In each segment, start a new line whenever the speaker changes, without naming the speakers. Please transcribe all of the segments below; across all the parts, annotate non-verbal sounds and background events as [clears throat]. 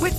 With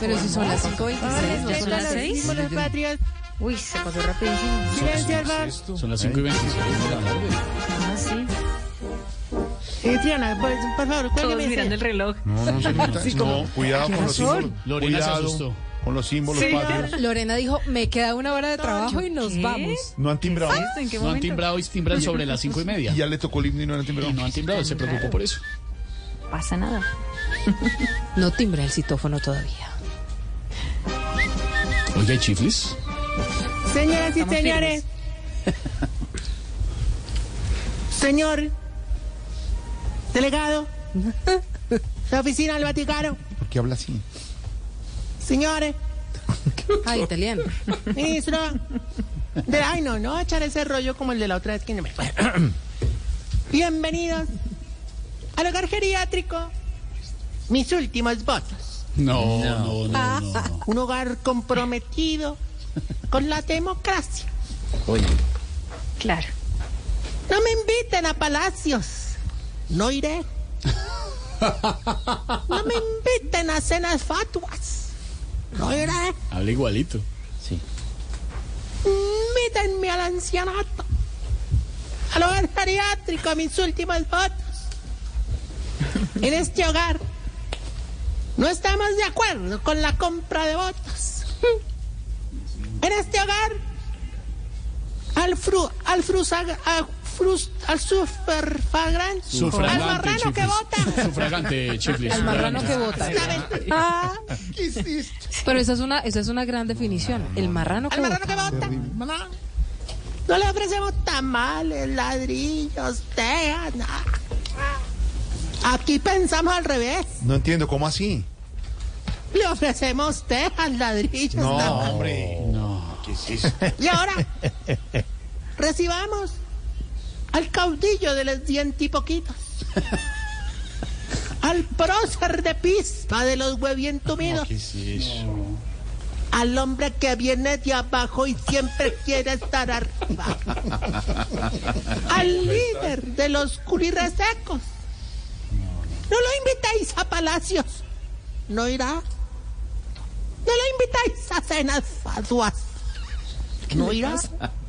Pero si son las 5.26, ¿no son las 6?
Símbolos patrios.
Uy, se pasó rapidísimo.
Silencio al bar.
Son las 5 y 26 de la tarde.
Ah, sí.
Eh, Triana, por, por favor,
Todos
cuélgueme.
mirando
ese.
el reloj.
No, no, señorita, no, cuidado con los
razón?
símbolos.
Lorena se
cuidado
asustó.
Con los símbolos patrios.
Lorena dijo, me queda una hora de trabajo y nos
¿Qué?
vamos.
No han timbrado.
¿Esto en qué
No han
momento?
timbrado y timbran sobre las 5 y media.
Y ya le tocó el himno y no han timbrado.
Y no han timbrado, se preocupó por eso.
Pasa nada. No timbra el citófono todavía.
Oye, ¿hay chiflis?
Señoras y
Estamos
señores. Señor. Delegado. [laughs] La oficina del Vaticano.
¿Por qué habla así?
Señores.
Ah, [laughs] italiano.
Ministro. De, ay, no, no voy a echar ese rollo como el de la otra vez que no me fue. Bienvenidos al hogar geriátrico. Mis últimos votos.
No, no, no, no. no.
Un hogar comprometido con la democracia.
Claro.
No me inviten a palacios. No iré. No me inviten a cenas fatuas. No iré.
Habla igualito.
Invítenme al ancianato. Al hogar geriátrico, a mis últimas votos. En este hogar no estamos de acuerdo con la compra de votos. En este hogar, al fru, al frusag- a frus- al superfagran- al
Sufragante,
marrano que
chiflis.
vota.
Sufragante, chiflis.
Al marrano que vota. Ah,
¿Qué es esto?
pero esa es una, esa es una gran definición. El marrano que
Al marrano
vota.
que vota. Mamá. No le ofrecemos tamales, ladrillos, teas, nada. Aquí pensamos al revés.
No entiendo, ¿cómo así?
Le ofrecemos tejas, ladrillos,
No,
tamales.
hombre.
No.
Y ahora, recibamos al caudillo de los
[laughs]
dientipoquitos. Al prócer de pispa de los huevientumidos.
¿Qué es eso?
al hombre que viene de abajo y siempre quiere estar arriba. Al líder de los curirresecos. No lo invitáis a palacios. No irá. No lo invitáis a cenas fatuas. No irá.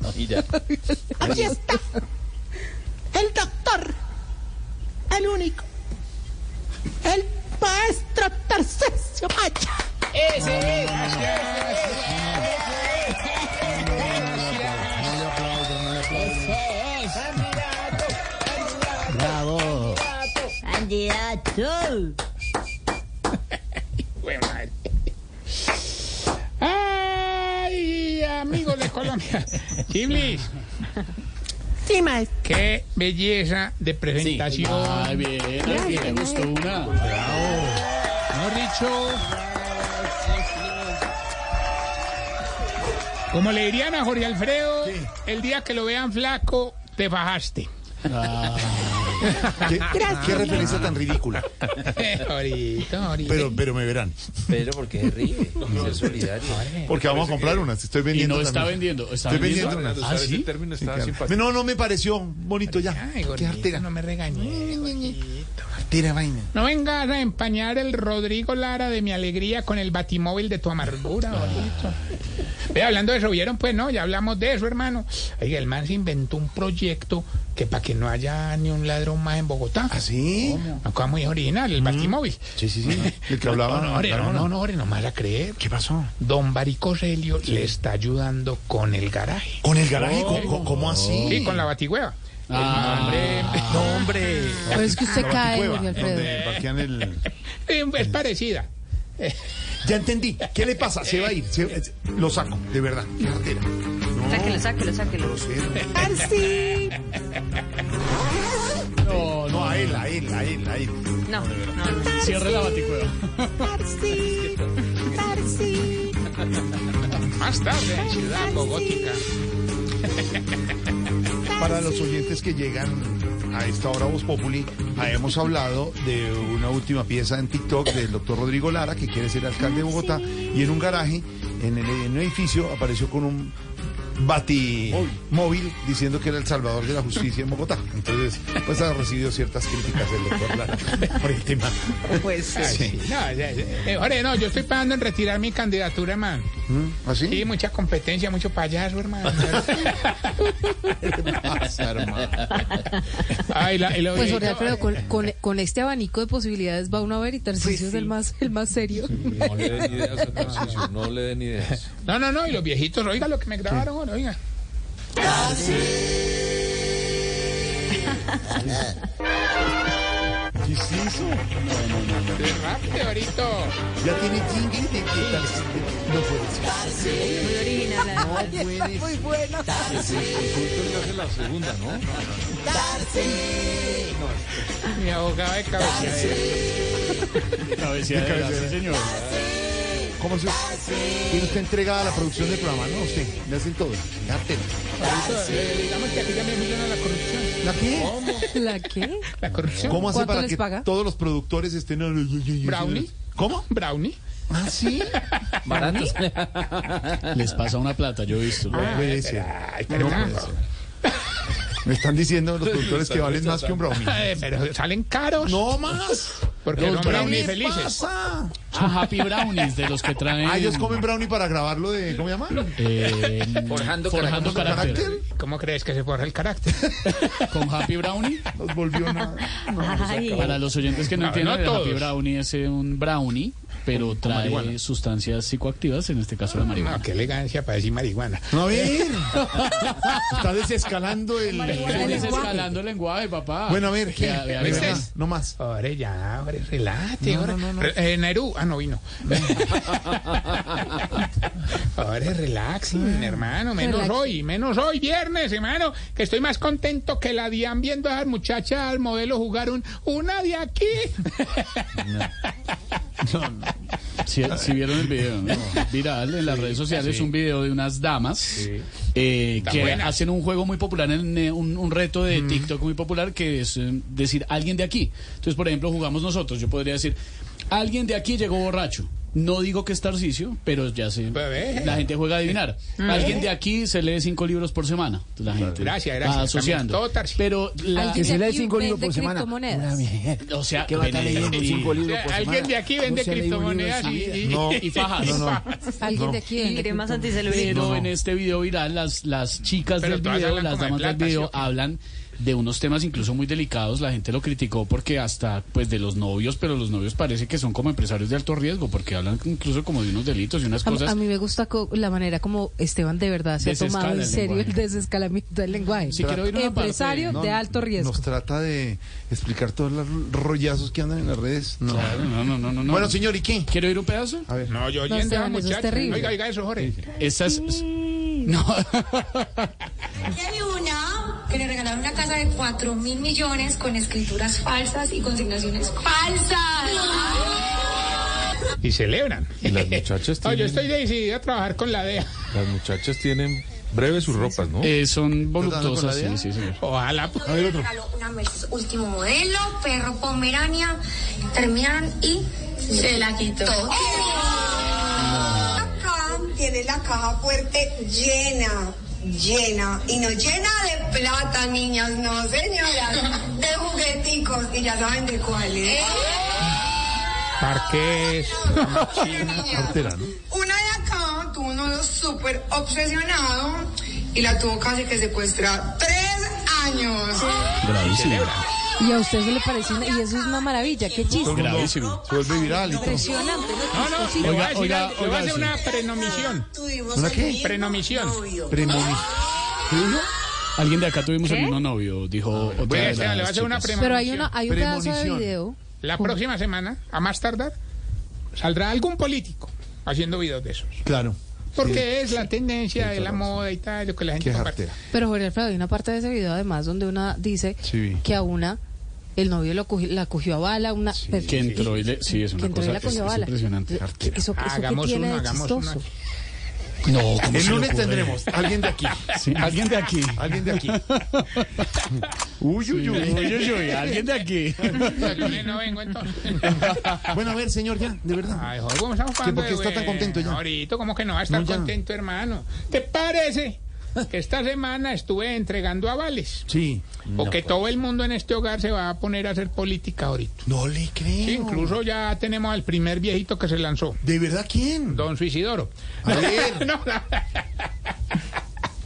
Aquí está. El doctor. El único. El maestro Tarcesio Maya.
Bravo.
Ay, amigos de
[laughs]
Colombia. Chiblis,
Sí, maestro.
qué belleza de presentación.
Ay, bien, ay, bien, me gustó una.
¿No, Richo? Como le dirían a Jorge Alfredo, el día que lo vean flaco,
[laughs]
te fajaste. [laughs]
¿Qué, qué referencia tan ridícula?
ahorita, ahorita.
Pero, pero me verán.
Pedro, porque se ríe, no es solidario.
Porque vamos a comprar unas. Estoy
Y
vendiendo.
no está
también.
vendiendo. ¿Está
Estoy
vendiendo?
vendiendo una.
¿Ah, sí?
Sí, claro. No, no me pareció bonito ya.
Ay,
Qué
gordito,
artera.
no me regañes. gordito.
Artera vaina.
No vengas a empañar el Rodrigo Lara de mi alegría con el batimóvil de tu amargura,
Ah.
bonito. Ve, hablando de eso, ¿vieron? Pues no, ya hablamos de eso, hermano. Oiga, el man se inventó un proyecto que para que no haya ni un ladrón más en Bogotá.
¿Ah, sí? Mm.
Una cosa muy original, el batimóvil.
Sí, sí, sí. El que hablaba.
No, no, ore, no,
claro,
no, no, ore, no me vas a creer.
¿Qué pasó?
Don Barico Celio le está ayudando con el garaje. Oh.
¿Con el garaje? ¿Cómo, cómo- cómo así? Ah.
Sí, con la batihueva. El hombre-
No, hombre.
Pero es que usted
La
cae,
baticueva,
Jorge Alfredo.
donde parquean el-
[laughs] es parecida.
Ya entendí. ¿Qué le pasa? Se va a ir. se- se- Lo saco, de verdad. Qué artera. No,
Sáquelo, sáquelo, sáquelo.
grosero.
Tarsi.
No, no, a él, a él, a él, a él.
No, no, no.
[laughs]
Cierre la baticueva.
Tarsi, Tarsi,
Más tarde en Ciudad Bogótica.
[laughs] Para los oyentes que llegan a esta hora Voz Populi, ah, hemos hablado de una última pieza en TikTok del doctor Rodrigo Lara, que quiere ser alcalde de Bogotá, y en un garaje, en, el, en un edificio, apareció con un batimóvil móvil diciendo que era el salvador de la justicia en Bogotá. Entonces, pues ha recibido ciertas críticas del doctor
[laughs]
Lara por el tema.
Pues
Ay,
Sí.
No, ya, ya. Eh, Jorge, no, yo estoy pagando en retirar mi candidatura, hermano.
¿Mm? ¿Así?
Sí, mucha competencia, mucho
[laughs]
payaso, hermano.
Pasa, hermano.
Ay, la, y lo-
Pues
y-
Jorge Alfredo, con, con, con este abanico de posibilidades va uno a ver y Tarcisio
Pues
es
sí.
el más, el más serio.
No le den ideas a Tarcisio, no le den
[laughs]
ideas.
No, no, no, y los viejitos, oiga lo que me grabaron, ahora, oiga.
¿Qué es eso?
De rap, de ahorito.
Ya tiene jingle de que tal- No puede ser.
Muy original. además.
Muy
Julio le hace la segunda, ¿no?
Mi abogado de cabecera.
Cabecea de veras, sí,
[laughs]
señor.
¿Cómo se Tiene usted entregada a la producción del programa, ¿no? Usted, le hacen todo. Gártela.
Ahorita, eh, digamos que aquí también funciona la corrupción.
¿La qué?
¿Cómo?
[laughs] ¿La qué?
La corrupción.
¿Cómo hace
¿Cuánto
para
les
que
paga?
todos los productores estén...
¿Brownie?
¿Cómo?
Brownie.
¿Ah, sí?
Baratos.
Les pasa una plata, yo he visto.
No puede ser.
Ay,
No
pero,
puede ser. Me están diciendo los productores que valen más que un
[laughs]
brownie.
Ay, Eh, pero salen caros.
¡No más!
Porque son
¿Qué
brownie
le
felices.
pasa?
Ah, Happy Brownies, de los que traen.
Ah, ellos comen brownie para grabarlo de... ¿Cómo se llama?
eh,
Forjando
forjando carácter.
¿Carácter?
¿Cómo crees que se forra el carácter?
Con Happy Brownie.
Nos volvió nada.
Para los oyentes que no
No,
entienden,
no
el Happy
todos.
Brownie es eh, un brownie, pero trae sustancias psicoactivas, en este caso la marihuana.
No, qué elegancia para decir marihuana.
A
[laughs]
ver. Está desescalando el...
Estoy desescalando el lenguaje, papá.
Bueno, a ver, ¿qué?
Vea, vea,
De
vea.
verdad, No más.
Ahora ya, ahora relájate.
No,
ahora.
no, no, no.
Re- eh, Nerú, ah, no
[laughs]
vino. ahora relaxing, hermano. Menos
Relax.
hoy, menos hoy, viernes, hermano. Que estoy más contento que la Dian viendo a las muchachas al modelo jugar un, una
[laughs]
de aquí.
Si, si vieron el video, ¿no? viral en las redes sociales, un video de unas damas eh,
Tan
que
buenas.
hacen un juego muy popular, en, eh, un, un reto de
Mm.
TikTok muy popular que es eh, decir alguien de aquí. Entonces, por ejemplo, jugamos nosotros. Yo podría decir, alguien de aquí llegó borracho. No digo que es Tarcicio, pero ya sé.
Pues ve.
La gente juega a adivinar.
Mm.
Alguien de aquí se lee cinco libros por semana. Entonces, La gente
Gracias,
va
gracias.
asociando.
También todo Tarcisio.
Pero la-
Alguien de aquí vende criptomonedas.
o sea, eh,
¿Qué va a estar
Benedicto,
leyendo cinco
O
libros
sea,
por
Pues,
Alguien
semana?
de aquí
No
vende
se ha leído un libro en
criptomonedas
su
y,
vida.
y-
No.
y fajas.
No, no.
Alguien
No.
de aquí vende criptomonedas.
Pero
No.
en este video viral, las, las chicas
Pero
del
todas
video,
hablan
las
como de
damas del
plata, ¿sí
video,
o qué?
hablan de unos temas incluso muy delicados. La gente lo criticó porque hasta, pues, de los novios, pero los novios parece que son como empresarios de alto riesgo, porque hablan incluso como de unos delitos y unas
A,
cosas.
a mí me gusta co- la manera como Esteban de verdad se ha
Desescala
tomado en
el
serio el
lenguaje.
desescalamiento del lenguaje.
Sí, quiero oír una
Empresario
No,
de alto riesgo.
Nos trata de explicar todos los rollazos que andan en las redes. No.
Claro, no, no, no, no, no.
Bueno, señor, ¿y qué?
¿Quiero ir un pedazo?
A ver.
No, yo
No,
oyendo a
Esteban, eso es
muchachos.
terrible.
Oiga, oiga eso, Jorge.
Esta es. No. [laughs]
Hay una que le regalaron una casa de 4 mil millones con escrituras falsas y consignaciones falsas.
Y celebran.
Y las muchachas
[laughs] No,
tienen-
yo estoy decidido a trabajar con la DEA.
Las muchachas tienen breves sus ropas, ¿no?
Eh, son
¿Estás hablando
voluptuosas,
con la
sí, sí, señor.
Ojalá. pues.
Le regaló una Mercedes último modelo, perro pomerania, terminaron y se la quitó.
Acá tiene la caja fuerte llena, llena, y no llena de plata, niñas, no señoras, de jugueticos, y ya saben de cuáles. [laughs]
Parques.
Cartera, ¿no?
Una de acá tuvo un novio súper obsesionado y la tuvo casi que secuestrada. Tres años.
Gravísimo.
Y a usted se le parece una- y eso es una maravilla, qué chiste.
Gravísimo.
Se vuelve viral y todo.
Impresionante,
No, Ah, no, le voy a
Oiga,
decir
oiga,
algo, le voy
oiga,
a hacer
sí.
una prenomición.
Tuvimos
¿Una
el
qué?
mismo
Prenomición.
novio.
Premonis. ¿Qué dijo?
Alguien de acá tuvimos el mismo novio, dijo otra
Voy a
de
hacer- Ah, le voy a
las
hacer una
chicas.
prema-
Pero hay una, hay un pedazo de
Premonición.
video.
La próxima semana, a más tardar, saldrá algún político haciendo videos de esos.
Claro.
Porque es la tendencia de la moda y tal, lo que la gente
Qué
comparte.
jartera.
Pero Jorge Alfredo, hay una parte de ese video además donde una dice
Sí, vi.
que a una El novio lo cogi- la cogió a bala, una... pero-
que entró y le- sí, es una
que entró y
cosa-
la cogió
es-
a
es
bala.
impresionante.
¿Eso, eso qué
Hagamos
tiene
uno,
de
hagamos
chistoso?
uno.
No, ¿cómo se
El
le
lunes
ocurre?
tendremos alguien de aquí.
Sí, alguien de aquí.
Alguien de aquí. Uy, uy, uy.
Uy, uy, uy, alguien de [laughs] aquí.
No vengo entonces.
[laughs] Bueno, a ver, señor, ya, de verdad.
Ay, joder, ¿cómo estamos hablando
por qué
de
está tan
bueno?
contento ya?
Ahorita, ¿cómo que no va a estar
No, ya.
contento, hermano? ¿Te parece que esta semana estuve entregando avales?
Sí.
O que todo el mundo en este hogar se va a poner a hacer política ahorita.
No le creo.
Sí, incluso ya tenemos al primer viejito que se lanzó,
¿De verdad quién?
don Suicidoro.
A ver,
[laughs] No, no,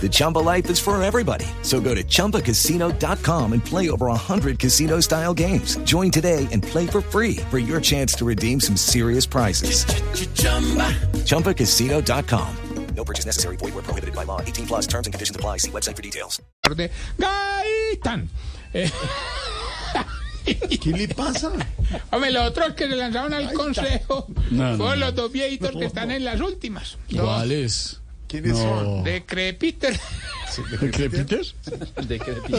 The Chumba life is for everybody. So go to ChumbaCasino.com and play over 100 casino style games. Join today and play for free for your chance to redeem some serious prizes. ChumbaCasino.com. No purchase necessary. Void where prohibited by law. 18 plus terms and conditions apply. See website for details.
de Gaitán. Eh,
¿Qué le pasa?
hombre, los otros que se lanzaron al consejo
No, no,
fueron
no.
los dos viejitos que están en las últimas. Dos
¿Cuáles?
¿Quiénes son?
De Crepiter
¿De Crepiter?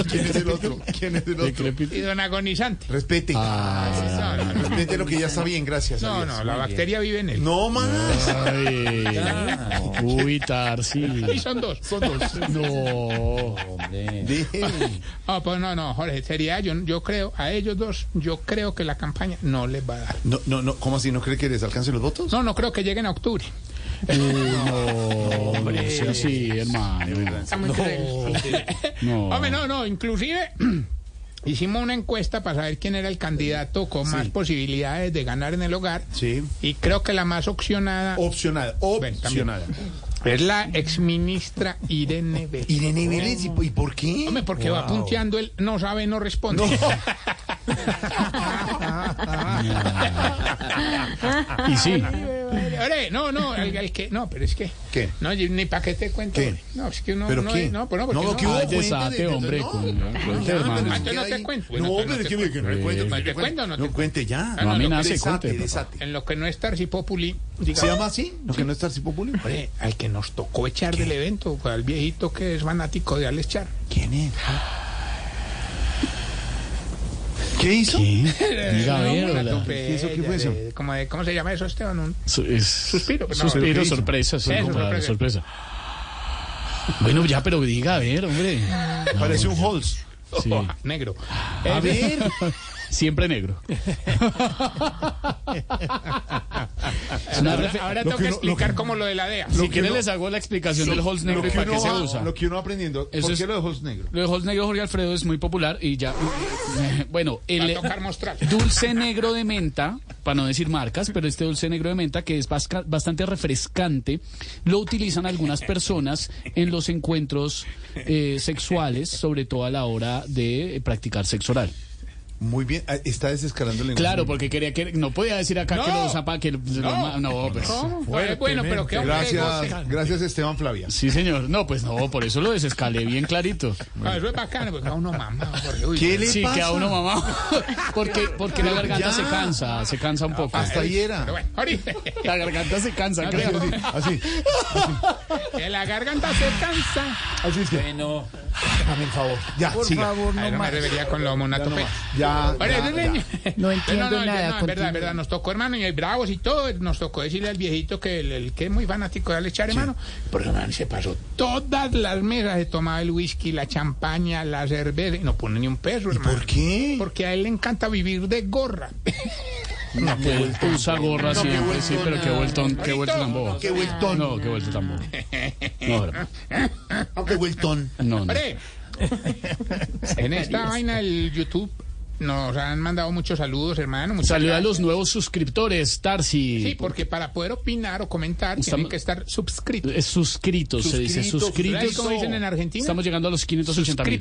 ¿Quién es el
[laughs]
otro? ¿Quién es el
¿De
otro?
y
Crepiter?
Don Agonizante.
Respete.
No, no, no.
Respete lo que ya está bien, gracias.
No,
adiós.
no, la bacteria vive en él.
No más.
Ay,
[laughs]
uy, Tarsi.
Y son dos.
No.
Déjeme.
[laughs] Ah, pues no, no, Jorge, sería yo, yo creo, a ellos dos, yo creo que la campaña no les va a dar.
No, no, no, ¿cómo así? ¿No cree que les alcancen los votos?
No, no creo que lleguen a octubre.
No, no sea así, hermano.
[laughs]
No.
Hombre, no, no, inclusive [clears throat] hicimos una encuesta para saber quién era el candidato con más posibilidades de ganar en el hogar.
Sí.
Y creo que la más opcionada
Opcionada, opcionada.
es la exministra Irene Vélez.
Irene Vélez, ¿y, y por qué?
Hombre, porque va
Wow.
punteando el no sabe, no responde. [laughs]
Y sí.
Ore, no, no, el, el que, no, pero es que.
¿Qué?
No, yo ni para qué te cuento.
¿Qué?
hombre. No, es que uno
¿Pero
no,
qué?
es- no, pues no, porque
No,
no,
¿qué
Ay,
hubo?
desate, hombre. con- con-
Ah,
hermano. Eh,
pero es
Ah, yo
que
no te
ahí-
cuento. Bueno,
No,
pues no
pero es
te
que me- que no
cuento.
le cuento,
No
que
te cuento, no te
No cuente ya.
No, no,
amenace,
desate,
cuente, por
desate.
en lo que no es Tarsi Populi.
¿Se
digamos,
llama así? ¿No que no es Tarsi Populi?
Hombre, al que nos tocó echar del evento, fue al viejito que es fanático de Alex Char.
¿Quién es? ¿Qué hizo?
Diga, a ver,
No, la
hola.
atropella,
¿Eso qué fue eso?
de- como de- ¿Cómo se llama eso, Esteban? Un-
Su- es-
Suspiro, pero no,
suspiro,
lo que hizo.
sorpresa, sí,
Eso,
compadre,
sorpresa.
sorpresa. Bueno, ya, pero diga, a ver, hombre.
Parece un Halls.
[laughs]
Sí.
Ah, negro.
A
Eh, [laughs]
ver.
Siempre [laughs] negro. Es una
Ahora,
refe-
lo
ahora tengo
que uno-
que
lo
explicar
que-
cómo lo de la DEA.
si
que
quieren
uno-
les hago la explicación del Halls negro
Lo
y
que,
para qué
uno
se
va,
usa.
lo que uno va aprendiendo.
Eso
¿Por
es-
qué lo de Halls negro?
Lo de Halls negro Jorge Alfredo es muy popular y ya... Bueno,
Va a
el,
tocar mostrar.
Dulce negro de menta, para no decir marcas, pero este dulce negro de menta que es basca- bastante refrescante, lo utilizan algunas personas en los encuentros eh, sexuales, sobre todo a la hora de eh, practicar sexo oral.
Muy bien, ah, está desescalando el lenguaje.
Claro, porque quería que no podía decir acá
No.
que lo zapa que lo- lo ma- no, pues.
¿Cómo? Oye, bueno, pero qué hombre
Gracias,
goce.
gracias Esteban Flavia.
Sí, señor. No, pues no, por eso lo desescalé bien clarito.
Ah, eso es bacano, porque a uno mamá. Jorge, uy,
¿Qué le
Sí,
pasa?
que a uno mamá [laughs] porque porque la garganta
ya.
se cansa, se cansa un poco.
Ah, Hasta ahí
pero
era.
bueno, ahorita. [laughs]
La garganta se cansa,
Así,
creo.
así,
Que la garganta se cansa.
así es que. Bueno, dame el favor. Ya, por favor,
Ay, no me revería con lo monatope.
Ya.
Bueno,
ya,
ese
ya.
niño-
No entiendo nada,
no, No, es verdad, es
continúe.
verdad. Nos tocó, hermano, y hay bravos y todo. Nos tocó decirle al viejito que el, el que es muy fanático de Alex Char, hermano. Porque, hermano, se pasó todas las mesas. Se tomaba el whisky, la champaña, la cerveza. Y no pone ni un peso,
¿Y
hermano.
por qué?
Porque a él le encanta vivir de gorra.
No, que usa gorra siempre, sí, pero qué vuelto, qué vuelto tan bobo.
Qué vueltón.
No, qué vuelto tan bobo. No, hermano,
Qué vueltón.
[laughs]
no, no.
Hombre, en esta vaina el YouTube nos han mandado muchos saludos, hermano. muchas
Saluda a
gracias.
los nuevos suscriptores, Tarsi.
Sí, porque para poder opinar o comentar tienen
Estamos-
que estar suscritos.
Es suscrito, se dice.
Suscritos,
Suscritos.
¿sabes cómo dicen en Argentina?
Estamos llegando a los 580 mil.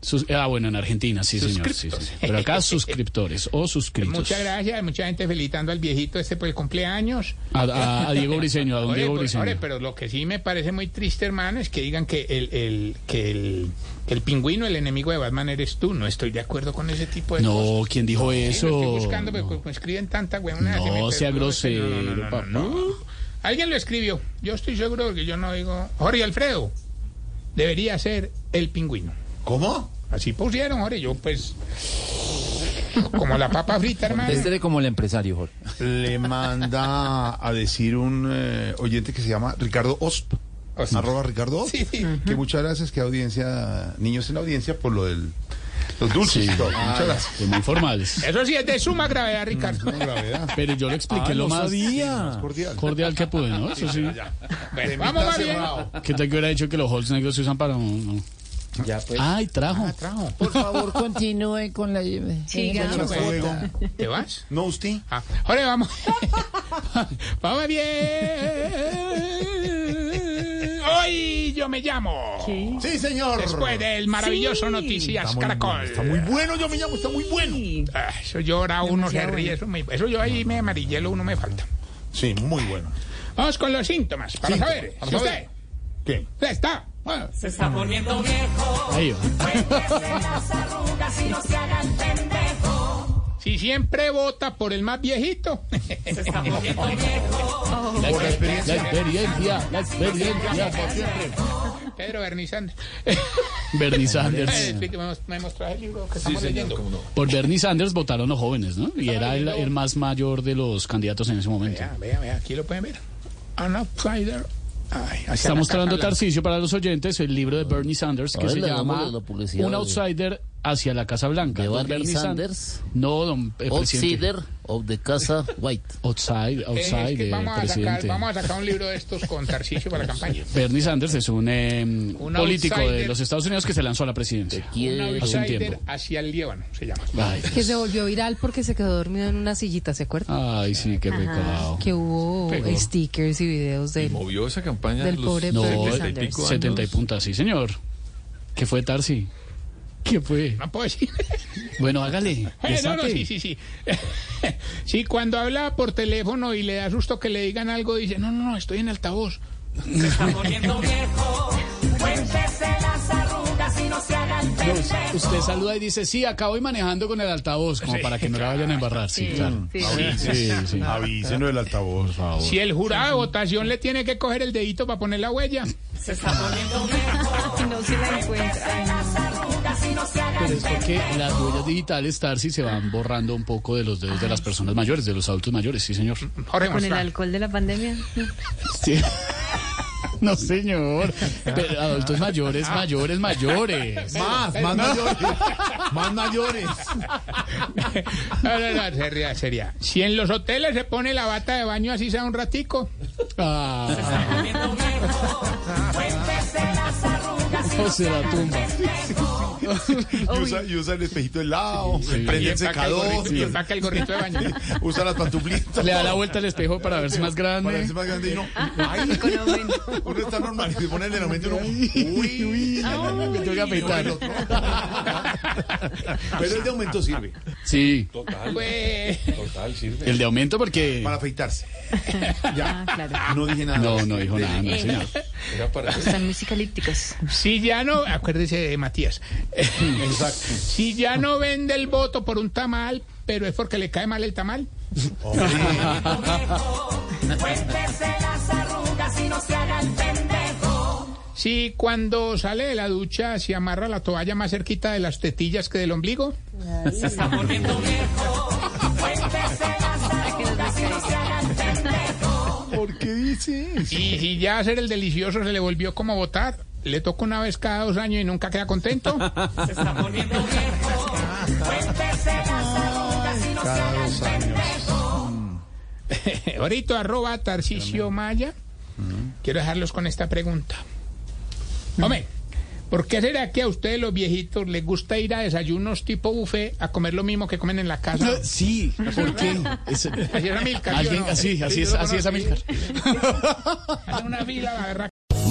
Suscriptos.
ah, bueno, en Argentina, sí, señor. sí,
Suscriptos.
sí. Pero acá suscriptores o suscritos.
Muchas gracias, mucha gente felicitando al viejito este por el cumpleaños.
A, a- a Diego Briseño, a don
Ore,
Diego
por-
Briseño.
ore, pero lo que sí me parece muy triste, hermano, es que digan que el, el- que el, que el pingüino, el enemigo de Batman, eres tú. No estoy de acuerdo con ese tipo de cosas.
No, ¿quién dijo
Sí, lo
eso?
estoy pues. buscando, pero como escriben tanta weona. se me
No, sea
perdió, se-
grosero,
no, no, no, no,
papá.
no. Alguien lo escribió. Yo estoy seguro de que yo no digo. Jorge Alfredo debería ser el pingüino.
¿Cómo?
Así pusieron, Jorge. Yo, pues. Como la papa frita, hermano.
Este
Contéstele como el empresario, Jorge.
Le manda a decir un eh, oyente que se llama Ricardo Osp. Arroba Ricardo Osp. Que muchas gracias que audiencia, niños en la audiencia, por lo del los dulces
Sí.
y todo.
Ah,
Muchas gracias.
Muy formales.
Eso sí es de suma gravedad, Ricardo.
Mm,
Pero yo le expliqué
Ah,
lo
no
más
sabía. Cordial.
cordial que pude, ¿no? Eso sí.
Bueno, vamos,
mitad
María.
cerrado.
¿Qué tal que hubiera dicho que los holes negros se usan para un...
Ya pues.
Ay, trajo.
Por favor, continúe con la.
Sigamos. ¿Te vas?
No, usted.
Ah, ahora vamos. [laughs] vamos bien. Hoy yo me llamo.
Sí, señor.
Después del maravilloso Noticias Caracol.
Está muy bueno, yo me llamo, está muy bueno.
Ah, eso llora uno, se
Demasiado bueno.
ríe. Eso, me- eso yo ahí me amarillelo, uno me falta.
Sí, muy bueno.
Vamos con los síntomas para
Síntomas,
saber.
para
si
saber.
usted
¿Qué?
está.
Se está poniendo viejo.
Ahí va.
Cuéntese las arrugas y no se haga el pendejo.
Si siempre vota por el más viejito.
Se está poniendo viejo.
La experiencia, la experiencia, la experiencia.
Pedro Bernizán.
Bernie Sanders.
Eh, Me mostrado el libro que estamos leyendo.
Por Bernie Sanders votaron los jóvenes, ¿no? Y era el, el más mayor de los candidatos en ese momento.
Vea, vea, vea, aquí lo pueden ver. An outsider. Ay, hacia
Está
la
mostrando
Casa Blanca.
Tarcisio para los oyentes el libro de Bernie Sanders que
Ay,
se
le
llama
damos la publicidad
Un
de-
Outsider hacia la Casa Blanca.
¿De
Don
Bernie
Bernie San-
Sanders?
No, don eh, presidente.
Outsider of the Casa White.
Outside,
Eh, es que
outside, eh,
vamos, a sacar,
presidente.
vamos a sacar un libro de estos con Tarcisio para la campaña.
Bernie Sanders es un, eh, político de
outsider.
los Estados Unidos que se lanzó a la presidencia [laughs]
Un
hace un
outsider
tiempo.
hacia el Líbano se llama.
Ay,
Que se volvió viral porque se quedó dormido en una sillita, ¿se acuerdan?
ay, sí, qué pecado.
Que hubo
Pegó.
stickers y videos de él.
Movió esa campaña
Del
de los
pobre
No,
70 y pico
70 y
años.
puntas, sí, señor. ¿Qué fue, Tarsi? ¿Qué fue?
No puedo decir. [laughs]
Bueno, hágale.
Eh, [laughs] no, no,
desate.
sí, sí, sí. [laughs] sí, cuando habla por teléfono y le da susto que le digan algo, dice, no, no, no, estoy en altavoz.
Se está poniendo viejo. Cuéntese las arrugas y no se haga el
No,
pendejo.
usted saluda y dice, sí, acá voy manejando con el altavoz, como para que no la vayan a embarrar. Sí, claro.
sí.
Sí, sí.
Avísenos el altavoz, por favor.
Si el jurado de votación le tiene que coger el dedito para poner
[laughs]
la huella.
Se está poniendo viejo.
No se la encuentra.
Cuéntese las arrugas y no se haga
Pero
el
es porque
pendejo.
las huellas digitales, Tarsi, se van borrando un poco de los dedos de las personas mayores, de los adultos mayores, sí, señor.
Jorge
Con el
Monstrán.
alcohol de la pandemia.
Sí. [laughs] No, señor. Pero adultos mayores, mayores, mayores.
Más, más mayores. más mayores.
No, no, no, sería, sería. Si en los hoteles se pone la bata de baño así sea un ratico.
Ah,
Poniendo viejo. Cuéntese las arrugas y
o
no
se
se
la
haga el
tumba.
pendejo.
Y usa, y usa el espejito del lado,
Y
prende el
empaca el
secador,
gorrito- y empaca el gorrito
[laughs]
de baño.
usa las pantuflitas.
Le da la vuelta al espejo para verse más
Para
grande.
verse más grande y no. Ay, uno está normal y se pone el de momento y uno. Uy, uy.
Me tengo que afeitar.
Pero el de aumento sirve
Sí,
Pues,
Total, sirve.
el de aumento porque...
para afeitarse. Ya.
Ah, claro.
No dije nada.
No, no dijo nada, no, señor.
Era para eso.
Están musicalípticas.
si ya no, acuérdese de Matías.
[laughs] Exacto.
Si ya no vende el voto por un tamal, pero es porque le cae mal el tamal.
Cuéntese las arrugas y no se haga el pendejo.
Si cuando sale de la ducha se amarra la toalla más cerquita de las tetillas que del ombligo.
Se está poniendo viejo. Cuéntese las arrugas y no se haga el pendejo.
¿Por qué dice eso?
Y si ya hacer el delicioso se le volvió como votar, le toca una vez cada dos años y nunca queda contento.
[laughs] Se está poniendo viejo. Cuéntese las arrugas y no se
Cada
haga el
dos años.
[laughs] Ahorita arroba Tarcisio Maya. Quiero dejarlos con esta pregunta. Hombre, ¿Por qué será que a ustedes los viejitos les gusta ir a desayunos tipo buffet a comer lo mismo que comen en la casa?
[laughs] sí, ¿por qué? Es-
Así es Amilcar. ¿sí o
Alguien-
no?
así, así
Sí,
es,
yo lo
así es
conozco.
Amilcar.
[laughs] Hacen una fila, la verdad.